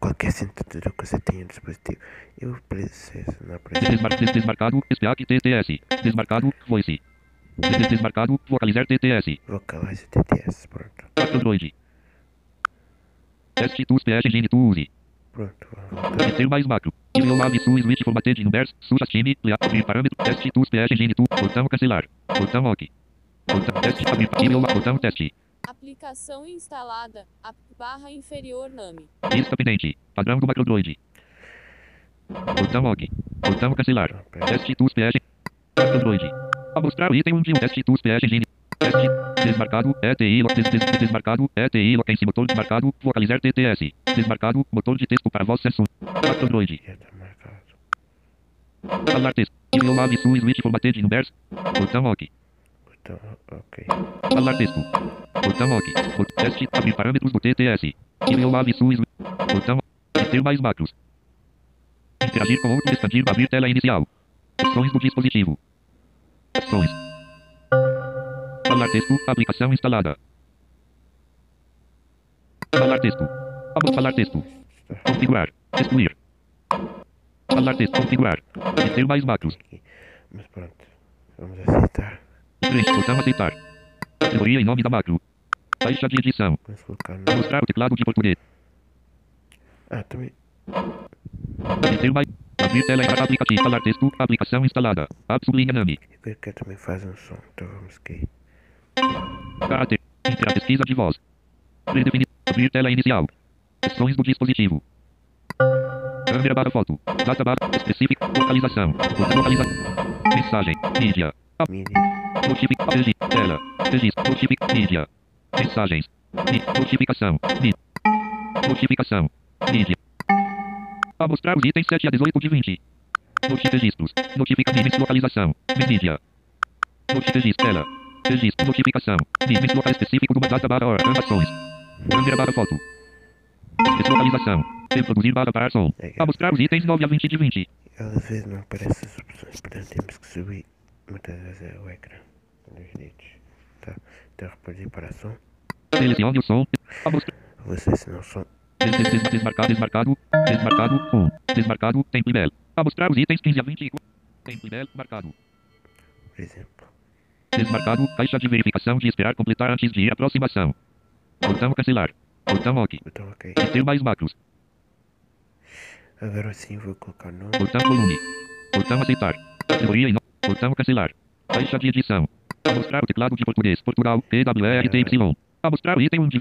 B: qualquer sintetizador que você tenha no dispositivo. Eu preciso selecionar por exemplo.
A: Desmar des- desmarcado, SPAC TTS. Desmarcado, voice. Des- des- desmarcado, vocalizar TTS.
B: Vocalize TTS, pronto.
A: Android. Testitus PH Genituse.
B: Pronto, vamos voltar.
A: Obter mais macro. E-mail lab su switch formatted numbers, sugestime, lea, abrir parâmetro, testitus PH Genituse. Botão cancelar. Botão OK. Botão teste, abrir, e-mail lab, botão teste.
C: Aplicação instalada. A barra inferior name.
A: Lista pendente. Padrão do Macrodroid. Botão OK. Botão cancelar.
B: Pronto, pera-
A: Testitus PH. Android. Amostrar o item 1 de 1. Testitus PH Gene. Teste. Desmarcado. ETI. lo- Des, des, desmarcado. ETI. Loquense. Motor desmarcado. Vocalizar TTS. Desmarcado. Motor de texto para voz Samsung. Android.
B: Já está marcado.
A: Falar texto. E-mail lab su switch formatted numbers. Botão OK.
B: Botão, Então, ok.
A: Falar texto. Botão OK. Bot, teste. Abrir parâmetros do TTS. E-mail lab su switch. Botão. Ter mais macros. Interagir com outro. Expandir. Abrir tela inicial. Opções do dispositivo. Opções. Falar texto. Aplicação instalada. Falar texto. Vamos falar texto.
B: Está
A: Configurar. Excluir. Falar texto. Configurar. Ter mais macros.
B: aqui. Mas pronto. Vamos aceitar.
A: Preenche botão aceitar. Categoria e nome da macro. Caixa de edição.
B: Vamos colocar no.
A: Mostrar o teclado de português.
B: Ah, também.
A: Ter mais. Abrir tela em aplicativo. Falar texto. Aplicação instalada. App sublinha name.
B: Eu quero que eu também faça um som. Então vamos aqui.
A: Caráter. Entre a pesquisa de voz. Predefinir. Abrir tela inicial. Opções do dispositivo. Câmera barra foto. Data barra. Específico. Localização. Localização. Mensagem. Mídia.
B: Mídia.
A: Notificação. Tela. Registro. Notificação. Mídia. Mensagens. Mi- Notificação. Mi- Notificação. Mídia. A mostrar os itens 7 a 18 de 20. Noti registros. Notificações. Localização. Mídia. Noti registro. Tela. Registro. Notificação. Níveis local específico de uma data barra hora. Ações. Câmera barra foto. Deslocalização. Reproduzir barra para som.
B: É que-
A: A mostrar os itens 9 a 20 de 20.
B: Ela às vezes não aparece as opções. Portanto temos que subir muitas vezes o ecrã. Com os dedos. Tá. Então reproduzir para som.
A: Selecione o som. A mostrar.
B: Vou selecionar o som.
A: Des- des- des- Desmarcar, desmarcado, desmarcado, com, desmarcado, tempo e bel. A mostrar os itens 15 a 25. Tempo e bel, marcado.
B: Por exemplo.
A: Desmarcado, caixa de verificação de esperar completar antes de ir à aproximação. Botão cancelar. Botão OK.
B: Botão Então, ok.
A: Ter mais macros.
B: Agora sim vou colocar no.
A: Botão volume. Botão aceitar. Categoria e no... Botão cancelar. Caixa de edição. Mostrar o teclado de português. Portugal. PWR TY. Amostrar o item 1 de...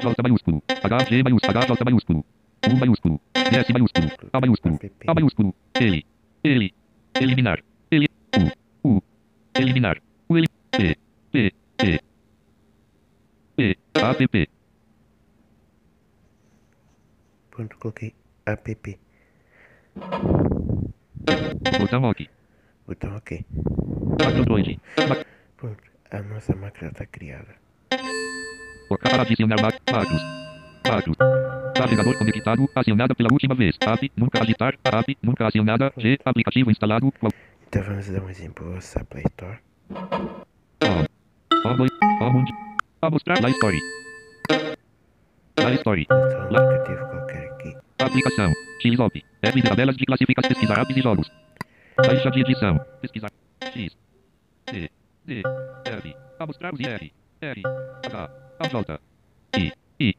A: J maiúsculo. HG maiúsculo. H J maiúsculo. U maiúsculo. S maiúsculo. A maiúsculo. A maiúsculo. Ele. Ele. Eliminar. Ele. Um. U. U. Eliminar. U. Ele. P. P. P. P. App.
B: Pronto, coloquei app.
A: Botão OK.
B: Botão ok.
A: Macro Droid. Mac-
B: Pronto, a nossa máquina está criada.
A: Para adicionar mac macros. Macros. Navegador conectado, acionada pela última vez. App, nunca agitar. App, nunca acionada. G, aplicativo instalado. Qual-
B: Então vamos dar um exemplo. Vou usar a Play Store.
A: Home. Home. Home. A mostrar na Story. Na Story.
B: Então o aplicativo qualquer aqui.
A: Aplicação. Xop. App de tabelas de classificação. Pesquisar apps e jogos. Caixa de edição. Pesquisar. X. D. D. R. Amostrar os IR. R. H. AJ. I. I.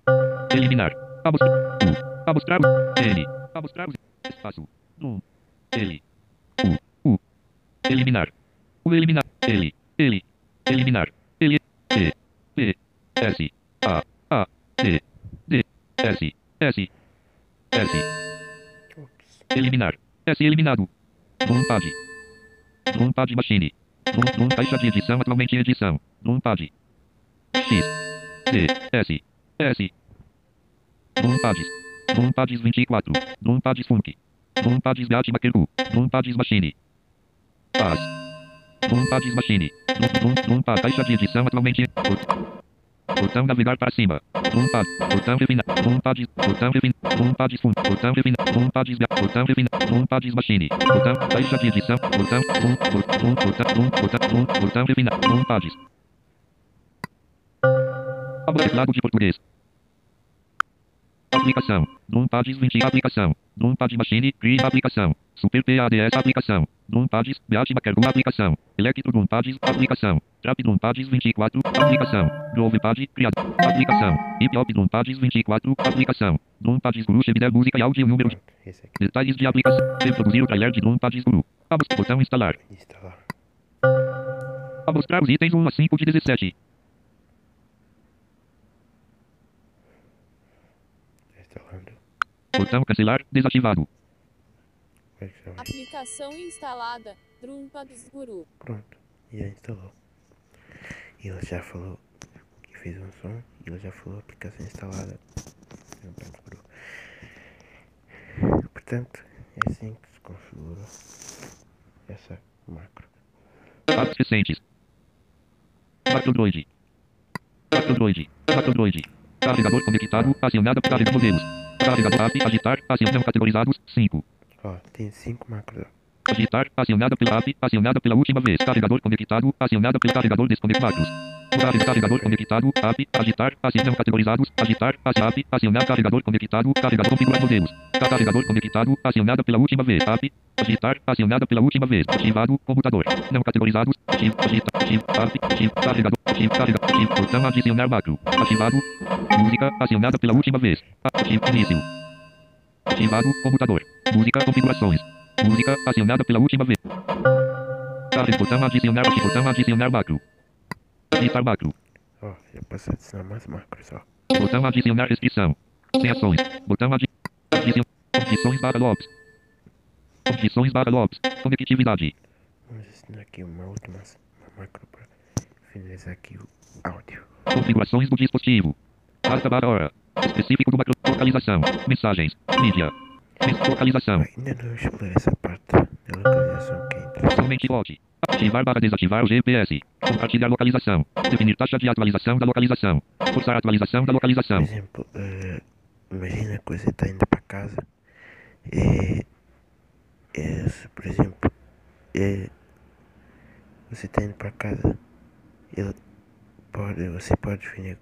A: Eliminar. Amostrar. U. Amostrar os. N. Amostrar os. Espaço. Num. L. U. U. Eliminar. U. Eliminar. L. L. Eliminar. L. T. P. S. A. A. D. D. S. S. S.
B: Ups.
A: Eliminar. S eliminado. Numpad. Numpad machine. Num, num caixa de edição atualmente edição. Numpad. X. D. S. S. Numpads. Numpads 24. Numpads Funk. Numpads Gatmakergu. Numpads machine. Paz. Numpads machine. Num, num, numpad caixa de edição atualmente. Bot- Botão navegar para cima. Numpad. Botão refinar. Numpad. Botão refinar. Numpad fundo. Botão refinar. Numpad. esga- Botão refinar. Numpad machine. Botão. Caixa de edição. Botão. Num. Botão. Num. Botão. Num. Botão. Num. Botão refinar. Numpad. Abra teclado de português. Aplicação. Numpad 20. Aplicação. Numpad machine. Cria aplicação. Super PADS. Aplicação. Numpads. Beat Macargo. Aplicação. Electro Numpads. Aplicação. Trap Numpads 24. Aplicação. Novepad. Criado. Aplicação. Hip Hop Numpads 24. Aplicação. Numpads Guru. Chebida Música e Áudio Número. de-
B: Pronto, esse aqui.
A: Detalhes de aplicação. Reproduzir o trailer de Numpads Guru. Abos. Botão instalar.
B: é Instalar.
A: Amostrar os itens 1 a 5 de 17.
B: Instalando.
A: Botão cancelar. Desativado.
B: Vai é que chama?
C: Aplicação instalada. Drumpads Guru.
B: Pronto, já instalou. E ele já falou que fez um som e ele já falou a aplicação instalada. Não procurou. Portanto, é assim que se configura essa macro.
A: Apps recentes. Macrodroid. Macrodroid. Macrodroid. Carregador conectado. Acionada. Carrega modelos. Carregador app. Agitar. Acionam categorizados. 5.
B: Ó, tem cinco macros. ó.
A: Agitar. Acionada pela app. Acionada pela última vez. Carregador conectado. Acionada pelo carregador desconectados. Carrega- Carregador conectado. App. Agitar. Acionam categorizados. Agitar. aci- App. Acionar. Carregador conectado. Carregador configurar modelos. Ca- Tá Carregador conectado. Acionada pela última vez. App. Agitar. Acionada pela última vez. Ativado. Computador. Não categorizados. Ativo. Agita. Ativo. App. Ativo. Carregador. Ativo. Carrega. Ativo. Botão adicionar macro. Ativado. Música. Acionada pela última vez. Ativo. Início. Ativado. Computador. Música. Configurações. Música. Acionada pela última vez. Carre. Botão adicionar. ativo, Botão adicionar macro. Agitar macro.
B: Ó, já posso adicionar mais macros, ó.
A: Botão adicionar restrição. Sem ações. Botão adi adicionar. Opções barra Lopes. Opções barra Lopes. Conectividade.
B: Vamos adicionar aqui uma última s- uma macro para finalizar aqui o áudio.
A: Configurações do dispositivo. Carta barra hora. Específico do macro. Localização. Mensagens. Mídia. Mes- Localização.
B: Ainda não explorei essa parte da localização que é interessante.
A: Somente lote. Ativar barra desativar o GPS. Compartilhar localização. Definir taxa de atualização da localização. Forçar a atualização da
B: Por
A: localização.
B: exemplo, eh, imagina que você está indo para casa. É, é, se, por exemplo, é, você está indo para casa. Ele pode, você pode definir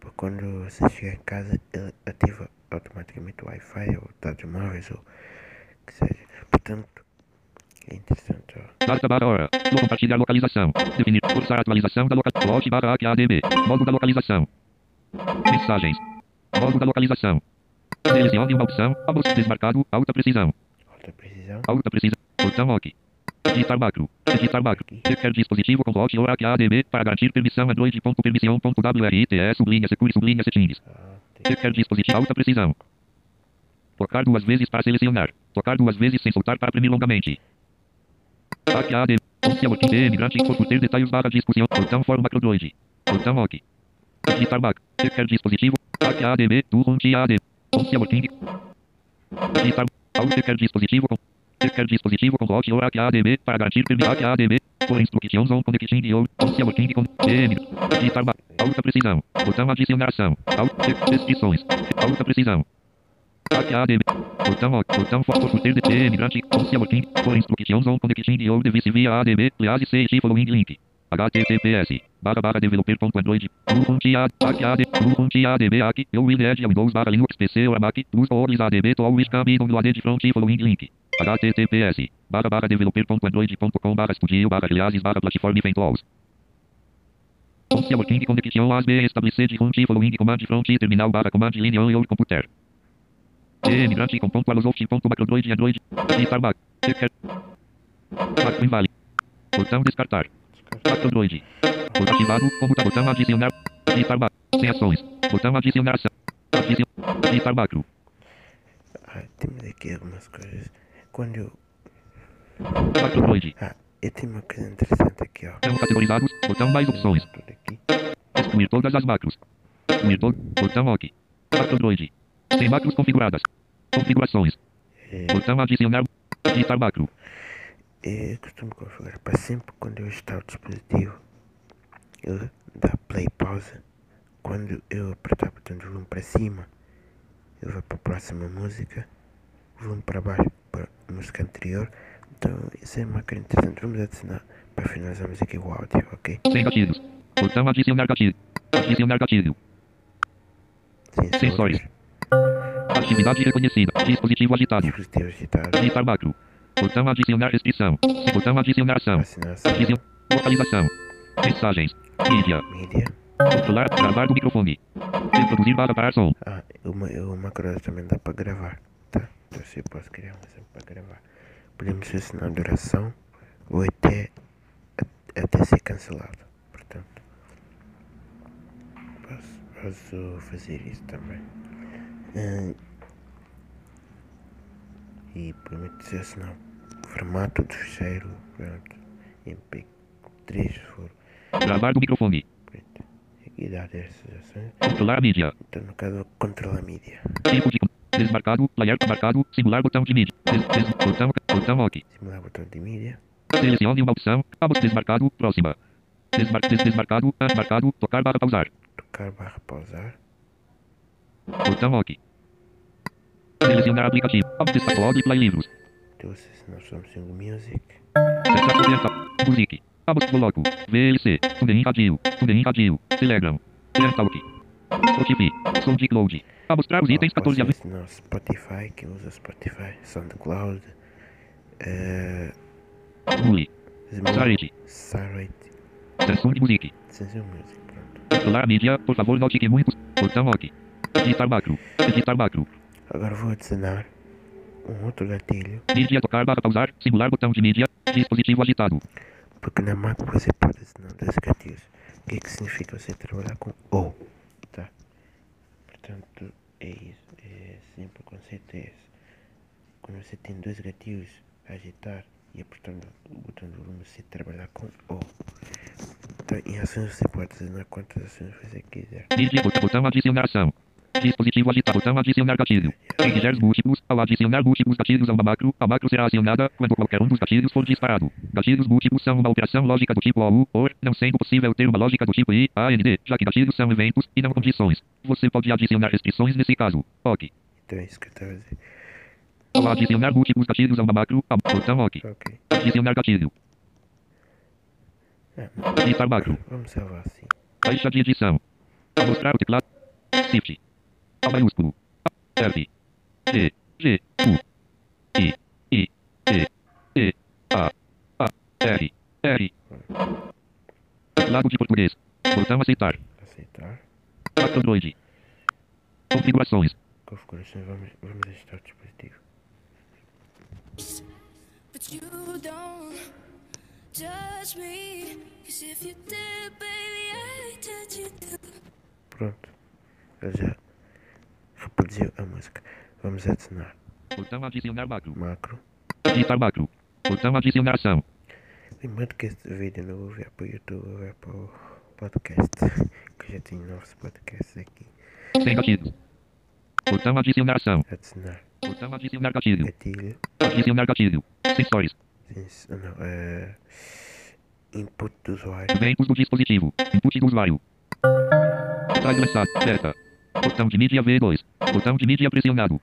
B: para quando você chegar em casa, ele ativa automaticamente o Wi-Fi ou dados móveis ou o que seja. Portanto, é interessante. Ó.
A: Data barra hora. Lo- Compartilhar localização. Definir. Forçar a atualização da localização. Lote barra AQADB. Modo da localização. Mensagens. Modo da localização. Selecione uma opção. Abos desmarcado. Alta precisão.
B: Alta precisão.
A: Alta precisão. Botão OK. Editar macro. Editar macro. Requer dispositivo com lote ou ADB para garantir permissão Android. Ponto permissão. Ponto WRTS. Sublinha secure. Sublinha settings.
B: Ah, tem.
A: Requer dispositivo alta é precisão. Tocar duas vezes para selecionar. Tocar duas vezes sem soltar para imprimir longamente. Hack ADB. Opção OK. Migrante. Consultar detalhes barra discussão. Então, Botão for macro Android. Botão Então, OK. Editar macro. Requer dispositivo. Hack ADB. Turro ADB. Opção OK. Editar. Ao requer dispositivo com Requer dispositivo com lote ou ADB para garantir permissão ADB. Por instructions on connection ou opção looking com DM. Editar ba- alta precisão. Botão adicionar ação. Alta restrições. Alta precisão. ADB. Botão o, botão foto footer de DM grande. Opção looking por instructions on connection ou device via ADB. Please seja following link. HTTPS barra barra developer.android Bluefontia AKAD ADB AK Eu IDED Windows barra Linux PC ou Mac Plus Orlis ADB Toal Wiscamino no AD de front following link HTTPS barra barra developer.android.com barra studio barra aliases barra platform fentlows Opção link connection ASB estabelecer de front following command front terminal barra command line on your computer Emigrante com ponto alosoft ponto macrodroid android Editar Mac Checker Mac invalid Botão descartar Android. Botão ativado, como botão adicionar. Editar macro. Sem ações. Botão adicionar ação. Adicionar. Editar macro.
B: Ah, temos aqui algumas coisas. Quando eu.
A: Macro Android.
B: Ah, eu tenho uma coisa interessante aqui, ó.
A: São categorizados. Botão mais opções.
B: Tudo aqui.
A: Excluir todas as macros. Excluir todo. Botão OK. Macro Android. Sem macros configuradas. Configurações.
B: É,
A: Botão adicionar. Editar macro.
B: eu costumo configurar para sempre quando eu instalo o dispositivo. Eu dá play pausa. Quando eu apertar o botão de volume para cima, eu vou para a próxima música. Volume para baixo para a música anterior. Então, isso é uma coisa interessante. Vamos adicionar para finalizarmos aqui o áudio, ok?
A: Sem gatilhos. Botão adicionar gatilho. Adicionar gatilho.
B: Sem
A: Sensores.
B: sons,
A: Atividade reconhecida. Dispositivo agitado.
B: Dispositivo agitado.
A: Editar macro. Botão adicionar restrição. Botão adicionar ação.
B: Assinação.
A: Visão. Localização. Mensagens. Mídia.
B: Mídia.
A: Controlar. Gravar do microfone. Reproduzir barra parar som.
B: Ah, uma, uma cruz também dá pra gravar, tá? Então se eu posso criar uma sempre pra gravar. Podemos selecionar a duração ou até, a- até ser cancelado. Portanto, posso, posso fazer isso também. Ahn, e permite selecionar o formato do fecheiro, pronto. MP3 se for
A: Gravar do microfone.
B: preto. Aqui dá 10 sugestões.
A: Controlar a mídia.
B: Então no caso controla a mídia.
A: Tipo de. com- Desmarcado. Layer marcado. Singular botão de mídia. Des, des, botão. Botão OK.
B: Simular o botão de mídia.
A: Selecione uma opção. Cabo desmarcado. Próxima. Desmar, des, desmarcado. ah, Marcado. Tocar barra pausar.
B: Tocar barra pausar.
A: Botão OK. Selecionar aplicativo. Acessar blog play livros.
B: Então se nós somos single music.
A: Acessar conversa. Music. Cabo bloco. VLC. Tunein radio. Tunein radio. Telegram. Airtalk. Spotify. SoundCloud. A mostrar os itens 14 a 20.
B: Não, Spotify, quem usa Spotify, SoundCloud, uh,
A: Mule. Sarete.
B: Sarate,
A: Samsung Music.
B: Samsung Music, pronto.
A: Controlar a mídia. Por favor, note que muitos. Botão OK. Editar macro. Editar macro.
B: Agora vou adicionar um outro gatilho,
A: Mídia tocar barra pausar. Singular botão de mídia. Dispositivo agitado.
B: porque na Mac você pode adicionar dois gatilhos. O que, que significa você trabalhar com ou, tá? Portanto, é isso, é sempre o conceito é esse. Quando você tem dois gatilhos, agitar e apertando o botão do volume, você trabalhar com O. Então, em ações você pode adicionar quantas ações você quiser.
A: Mídia botão, botão adicionar ação. Dispositivo agitado. Botão adicionar gatilho. Engajar múltiplos. Ao adicionar múltiplos gatilhos a uma macro, a macro será acionada quando qualquer um dos gatilhos for disparado. Gatilhos múltiplos são uma operação lógica do tipo OU, OR, não sendo possível ter uma lógica do tipo I, AND, já que gatilhos são eventos e não condições. Você pode adicionar restrições nesse caso. OK.
B: Então é isso que eu estava a dizer.
A: Ao adicionar múltiplos gatilhos a uma macro, a botão OK.
B: Ok.
A: Adicionar gatilho.
B: Ah,
A: Editar macro.
B: vamos salvar assim.
A: Caixa de edição. A mostrar o teclado. Shift. A maiúsculo. A, R. G. G. U. I. I. E. E. A. A. R. R. Teclado de português. Botão aceitar.
B: Aceitar.
A: Macro Android. Configurações.
B: Configurações, vamos, vamos ajustar o dispositivo.
D: But you don't judge me. Cause if you did, baby, I judge you too.
B: Pronto. Eu já reproduziu a música. Vamos adicionar
A: Botão adicionar macro.
B: macro.
A: Editar macro. Botão adicionar ação.
B: Lembrando que este vídeo não vou ver para o YouTube, vou ver para o podcast. <laughs> Que eu já tenho novos podcasts aqui.
A: Sem gatilho. Botão adicionar ação.
B: Adicionar
A: Botão adicionar gatilho.
B: gatilho.
A: Adicionar gatilho. Sensores.
B: Sens- ah, Não, é, input do usuário.
A: Eventos do dispositivo. Input do usuário. Regressar. Seta. Botão de mídia V2. Botão de mídia pressionado.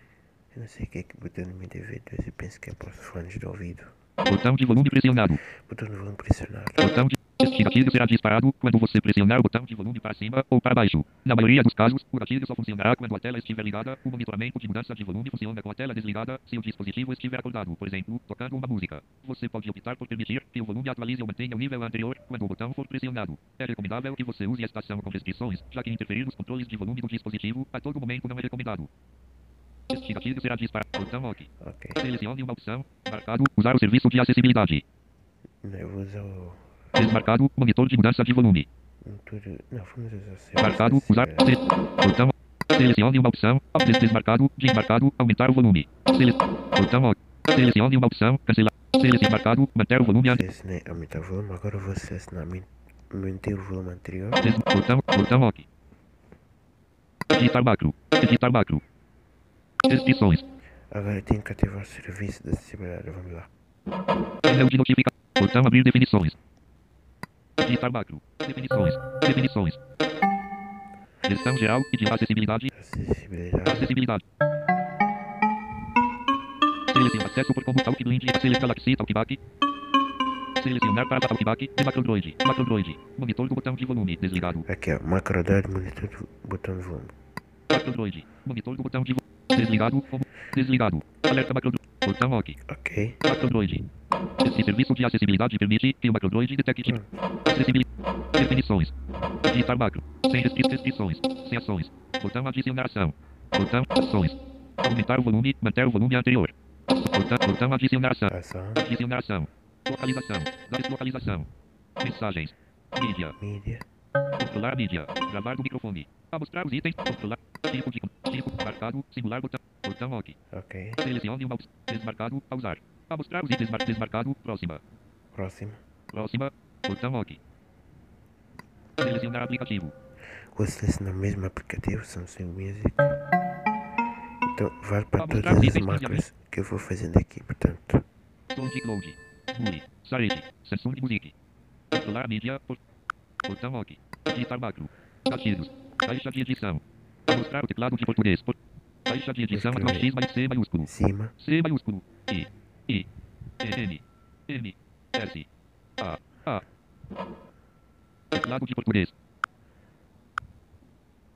B: Eu não sei o que é que botou no meu DVD, eu penso que é para os fones do ouvido.
A: Botão de volume pressionado.
B: Botou no volume pressionado.
A: Botão de. Este gatilho será disparado quando você pressionar o botão de volume para cima ou para baixo. Na maioria dos casos, o gatilho só funcionará quando a tela estiver ligada. O monitoramento de mudança de volume funciona com a tela desligada se o dispositivo estiver acordado, por exemplo, tocando uma música. Você pode optar por permitir que o volume atualize ou mantenha o nível anterior quando o botão for pressionado. É recomendável que você use a estação com restrições, já que interferir nos controles de volume do dispositivo a todo momento não é recomendado. Este gatilho será disparado. Botão OK.
B: Ok.
A: Selecione uma opção. Marcado. Usar o serviço de acessibilidade.
B: Não, eu vou usar o.
A: Desmarcado. Monitor de mudança de volume.
B: um tudo. Não, vamos usar o seu.
A: Marcado, usar,
B: acessibilidade.
A: se, botão, selecione uma opção, des- desmarcado, desmarcado, aumentar o volume, Sele, botão, ó, selecione uma opção, cancelar, selecione marcado, manter o volume, ante-
B: Selecionei aumentar é o volume, agora eu vou selecionar aumen- manter o volume anterior.
A: des, botão, botão, ok. Editar macro, editar macro, restrições,
B: Agora eu tenho que ativar o serviço de acessibilidade, vamos lá.
A: painel de notificação, botão abrir definições, editar macro, definições, definições, gestão geral e de acessibilidade,
B: Acessibilidade,
A: Acessibilidade. Selecione acesso por como Talkblind. Selecione Galaxy Talkback. Selecionar para Talkback. De Macrodroid. Macrodroid. Monitor do botão de volume. Desligado.
B: aqui ó, macro dado, monitor, do botão de volume.
A: Macrodroid. Monitor do botão de volume. Desligado. Como- Desligado. Alerta Macrodroid. Botão OK.
B: Ok,
A: Macrodroid. Esse serviço de acessibilidade permite que o Macrodroid detecte acessibilidade. Definições. Digitar macro. Sem restri- restrições. Sem ações. Botão adicionar ação. Botão ações. Aumentar o volume. Manter o volume anterior. Botão, botão adicionar ação.
B: ação,
A: Adicionar ação. Localização. Deslocalização. Mensagens. Mídia.
B: mídia,
A: Controlar a mídia. Gravar do microfone. Amostrar os itens. Controlar. Tipo de. Tipo. Marcado. Simular botão. Botão OK.
B: ok.
A: Selecione uma opção. Desmarcado. Pausar. Amostrar os itens. Mar- Desmarcado. Próxima.
B: Próximo.
A: Próxima. Botão OK. Selecionar aplicativo.
B: Vou selecionar o mesmo aplicativo, Samsung Music. Então, vale para
A: Vamos
B: todas as
A: abrir,
B: macros que eu vou fazendo aqui, portanto.
A: SoundCloud. Muri. Sarete. Samsung Music. Controlar mídia. por- Botão OK. Digitar macro. Gatilhos. Caixa de edição. Mostrar o teclado de português. Por... Caixa de edição
B: Escreve.
A: com X mais C maiúsculo.
B: Cima,
A: C maiúsculo. I. I. N. M. S. A. A. Teclado de português.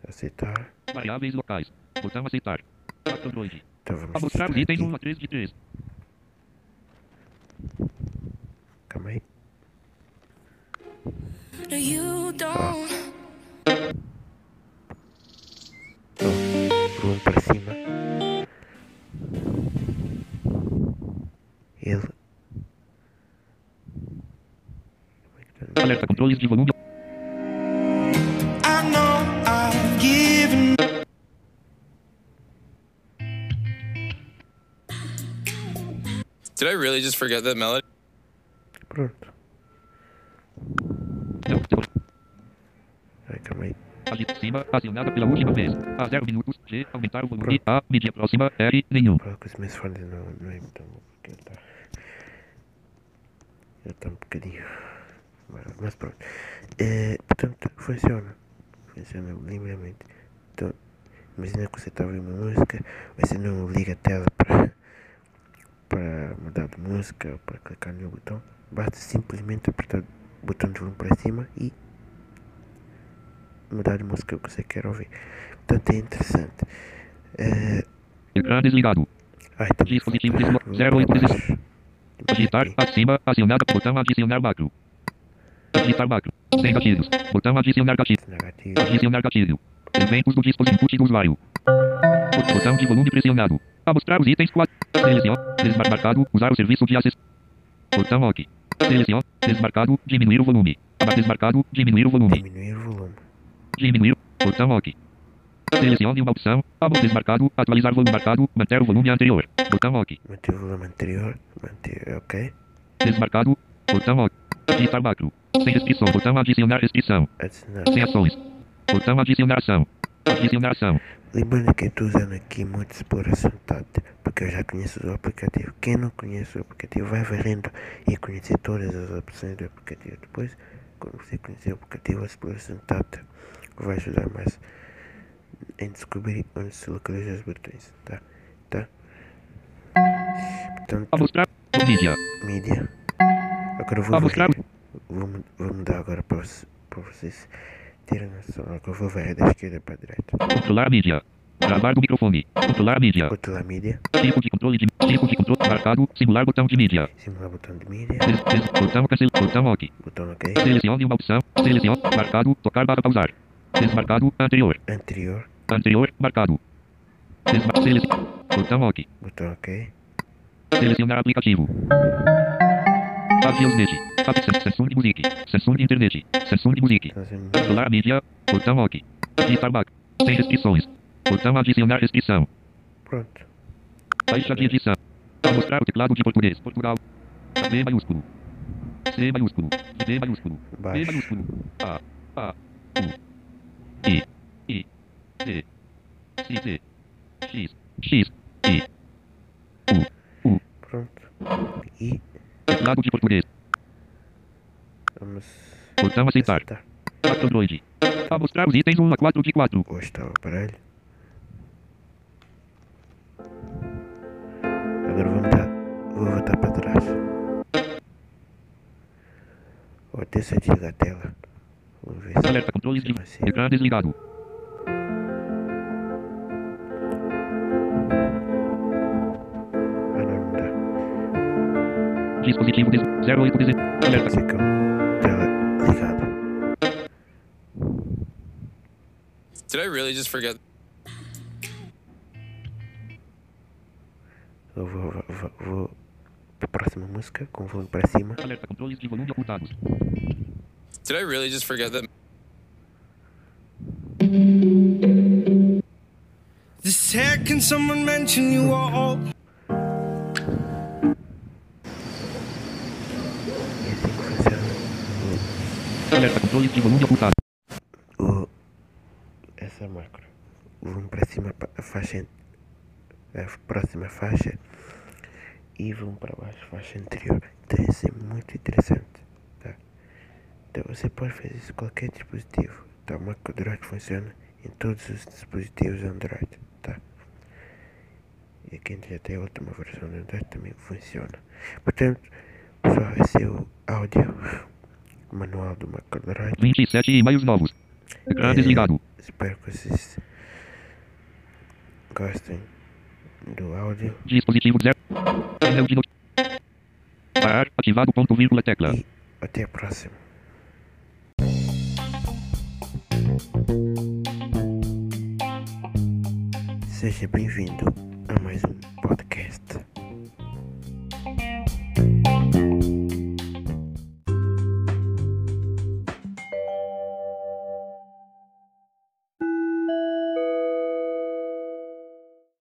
B: aceitar.
A: Variáveis locais. Botão aceitar. um. Android.
B: Então vamos
A: Amostrar os
B: testar
A: itens
B: aqui.
A: 1 a 3 um, de 3.
B: Calma aí.
D: No, you don't.
B: Por um para cima. Ele. Como é que tá o nome?
A: Alerta controles de volume.
E: I know I've given
F: Did I really just forget that melody?
B: Pronto.
A: Não, não.
B: Ai, calma aí.
A: Ali cima, acionada pela última vez. A 0 minutos. G. Aumentar o volume. A. Mídia próxima. R. Nenhum.
B: Coloca os meus fones no, no M, então, porque ele tá. Ele tá um bocadinho. Mas, mas pronto. Eh, portanto, funciona. Funciona livremente. Então, imagina que você tá ouvindo uma música, você não liga a tela para para mudar de música ou para clicar no botão. Basta simplesmente apertar o botão de volume para cima e mudar de música que você quer ouvir. Portanto, é interessante. Eh,
A: Ecrã desligado.
B: Ai, tá
A: Dispositivo
B: faltando
A: deslo- zero
B: pra
A: oito
B: baixo.
A: Digitar acima. Acionada. Botão adicionar macro. Digitar macro. Sem gatilhos. Botão adicionar gatilho.
B: Negativo.
A: Adicionar gatilho. Eventos do dispositivo input do usuário. Botão de volume pressionado. Amostrar os itens 4. Selecione. Desmarcado. Usar o serviço de acesso. Botão OK. Selecione. Desmarcado. Diminuir o volume. Aba- Desmarcado. Diminuir o volume.
B: Diminuir o volume.
A: Diminuir. Botão OK. Selecione uma opção. Aba- Desmarcado. Atualizar volume marcado. Manter o volume anterior. Botão OK.
B: Manter o volume anterior. Manter, ok.
A: Desmarcado. Botão OK. Digitar macro. Sem restrição. Botão adicionar restrição.
B: Adicionar.
A: Sem ações. Botão adicionar ação. Adicionar ação.
B: Lembrando que eu tô usando aqui muito exploração tátil, porque eu já conheço o aplicativo. Quem não conhece o aplicativo vai varrendo e conhecer todas as opções do aplicativo. Depois, quando você conhecer o aplicativo, a exploração tátil vai ajudar mais em descobrir onde se localizam os botões, tá? Tá?
A: A
B: Portanto,
A: mostrar. Mídia.
B: mídia. Agora eu vou,
A: Vamos
B: varrer. vou, mu- vou mudar agora para vocês terem noção. Agora eu vou varrer da esquerda para a direita.
A: Controlar a mídia. Gravar do microfone. Controlar a mídia.
B: Controlar mídia.
A: Tipo de controle de. Tipo de controle. Marcado. Simular botão de mídia.
B: Simular botão de mídia,
A: Des, des, botão cancel. Botão OK.
B: botão ok,
A: Selecione uma opção. Selecione. Marcado. Tocar barra pausar. Desmarcado. Anterior.
B: anterior,
A: Anterior. Marcado. Desma selec botão OK.
B: botão ok,
A: Selecionar aplicativo. Avios Net. App Sam- Samsung Music. Samsung Internet. Samsung Music.
B: fazendo
A: Controlar a mídia. Botão OK. Digitar back. Sem restrições. Botão adicionar restrição.
B: pronto.
A: Baixa de edição. Para mostrar o teclado de português. Portugal. B maiúsculo. C maiúsculo. D maiúsculo. B
B: Baixo,
A: maiúsculo. A. A. U. I. I. D. C. D. X. X. I.
B: pronto. E
A: Teclado de português.
B: vamos
A: Botão aceitar.
B: aceitar
A: Android. Para mostrar os itens 1 a 4 de 4.
B: o estava aparelho. Agora vou mudar, vou voltar para trás. Vou até se desligar a tela. Vamos ver se
A: Alerta controles de
B: Sim, sim.
A: ecrã desligado.
B: ah, não, não dá.
A: Dispositivo des... 08 des... Alerta.
B: Esse aqui é um tela ligada.
F: Did I really just forget?
B: Eu vou, vou, vou, vou para a próxima música com o volume para cima.
A: Alerta controles de volume ocultados.
F: Did I really just forget that?
E: The second someone mentioned you are all
B: E assim que funciona. o-
A: Alerta controles de volume ocultado.
B: o, essa é macro. Vamos para cima pa- a faixa an- a próxima faixa e vamos para baixo a faixa anterior. Então isso é muito interessante. Tá? Então você pode fazer isso em qualquer dispositivo. Tá? O macro Android funciona em todos os dispositivos Android. Tá? E quem já tem a última versão do Android também funciona. Portanto, pessoal, esse é o áudio <laughs> manual do macro Android.
A: 27 e-mails novos. Ecrã desligado.
B: Espero que vocês gostem do áudio.
A: Dispositivo zero. Painel de not... Parar. Ativado ponto vírgula tecla.
B: E até a próxima. Seja bem-vindo a mais um podcast.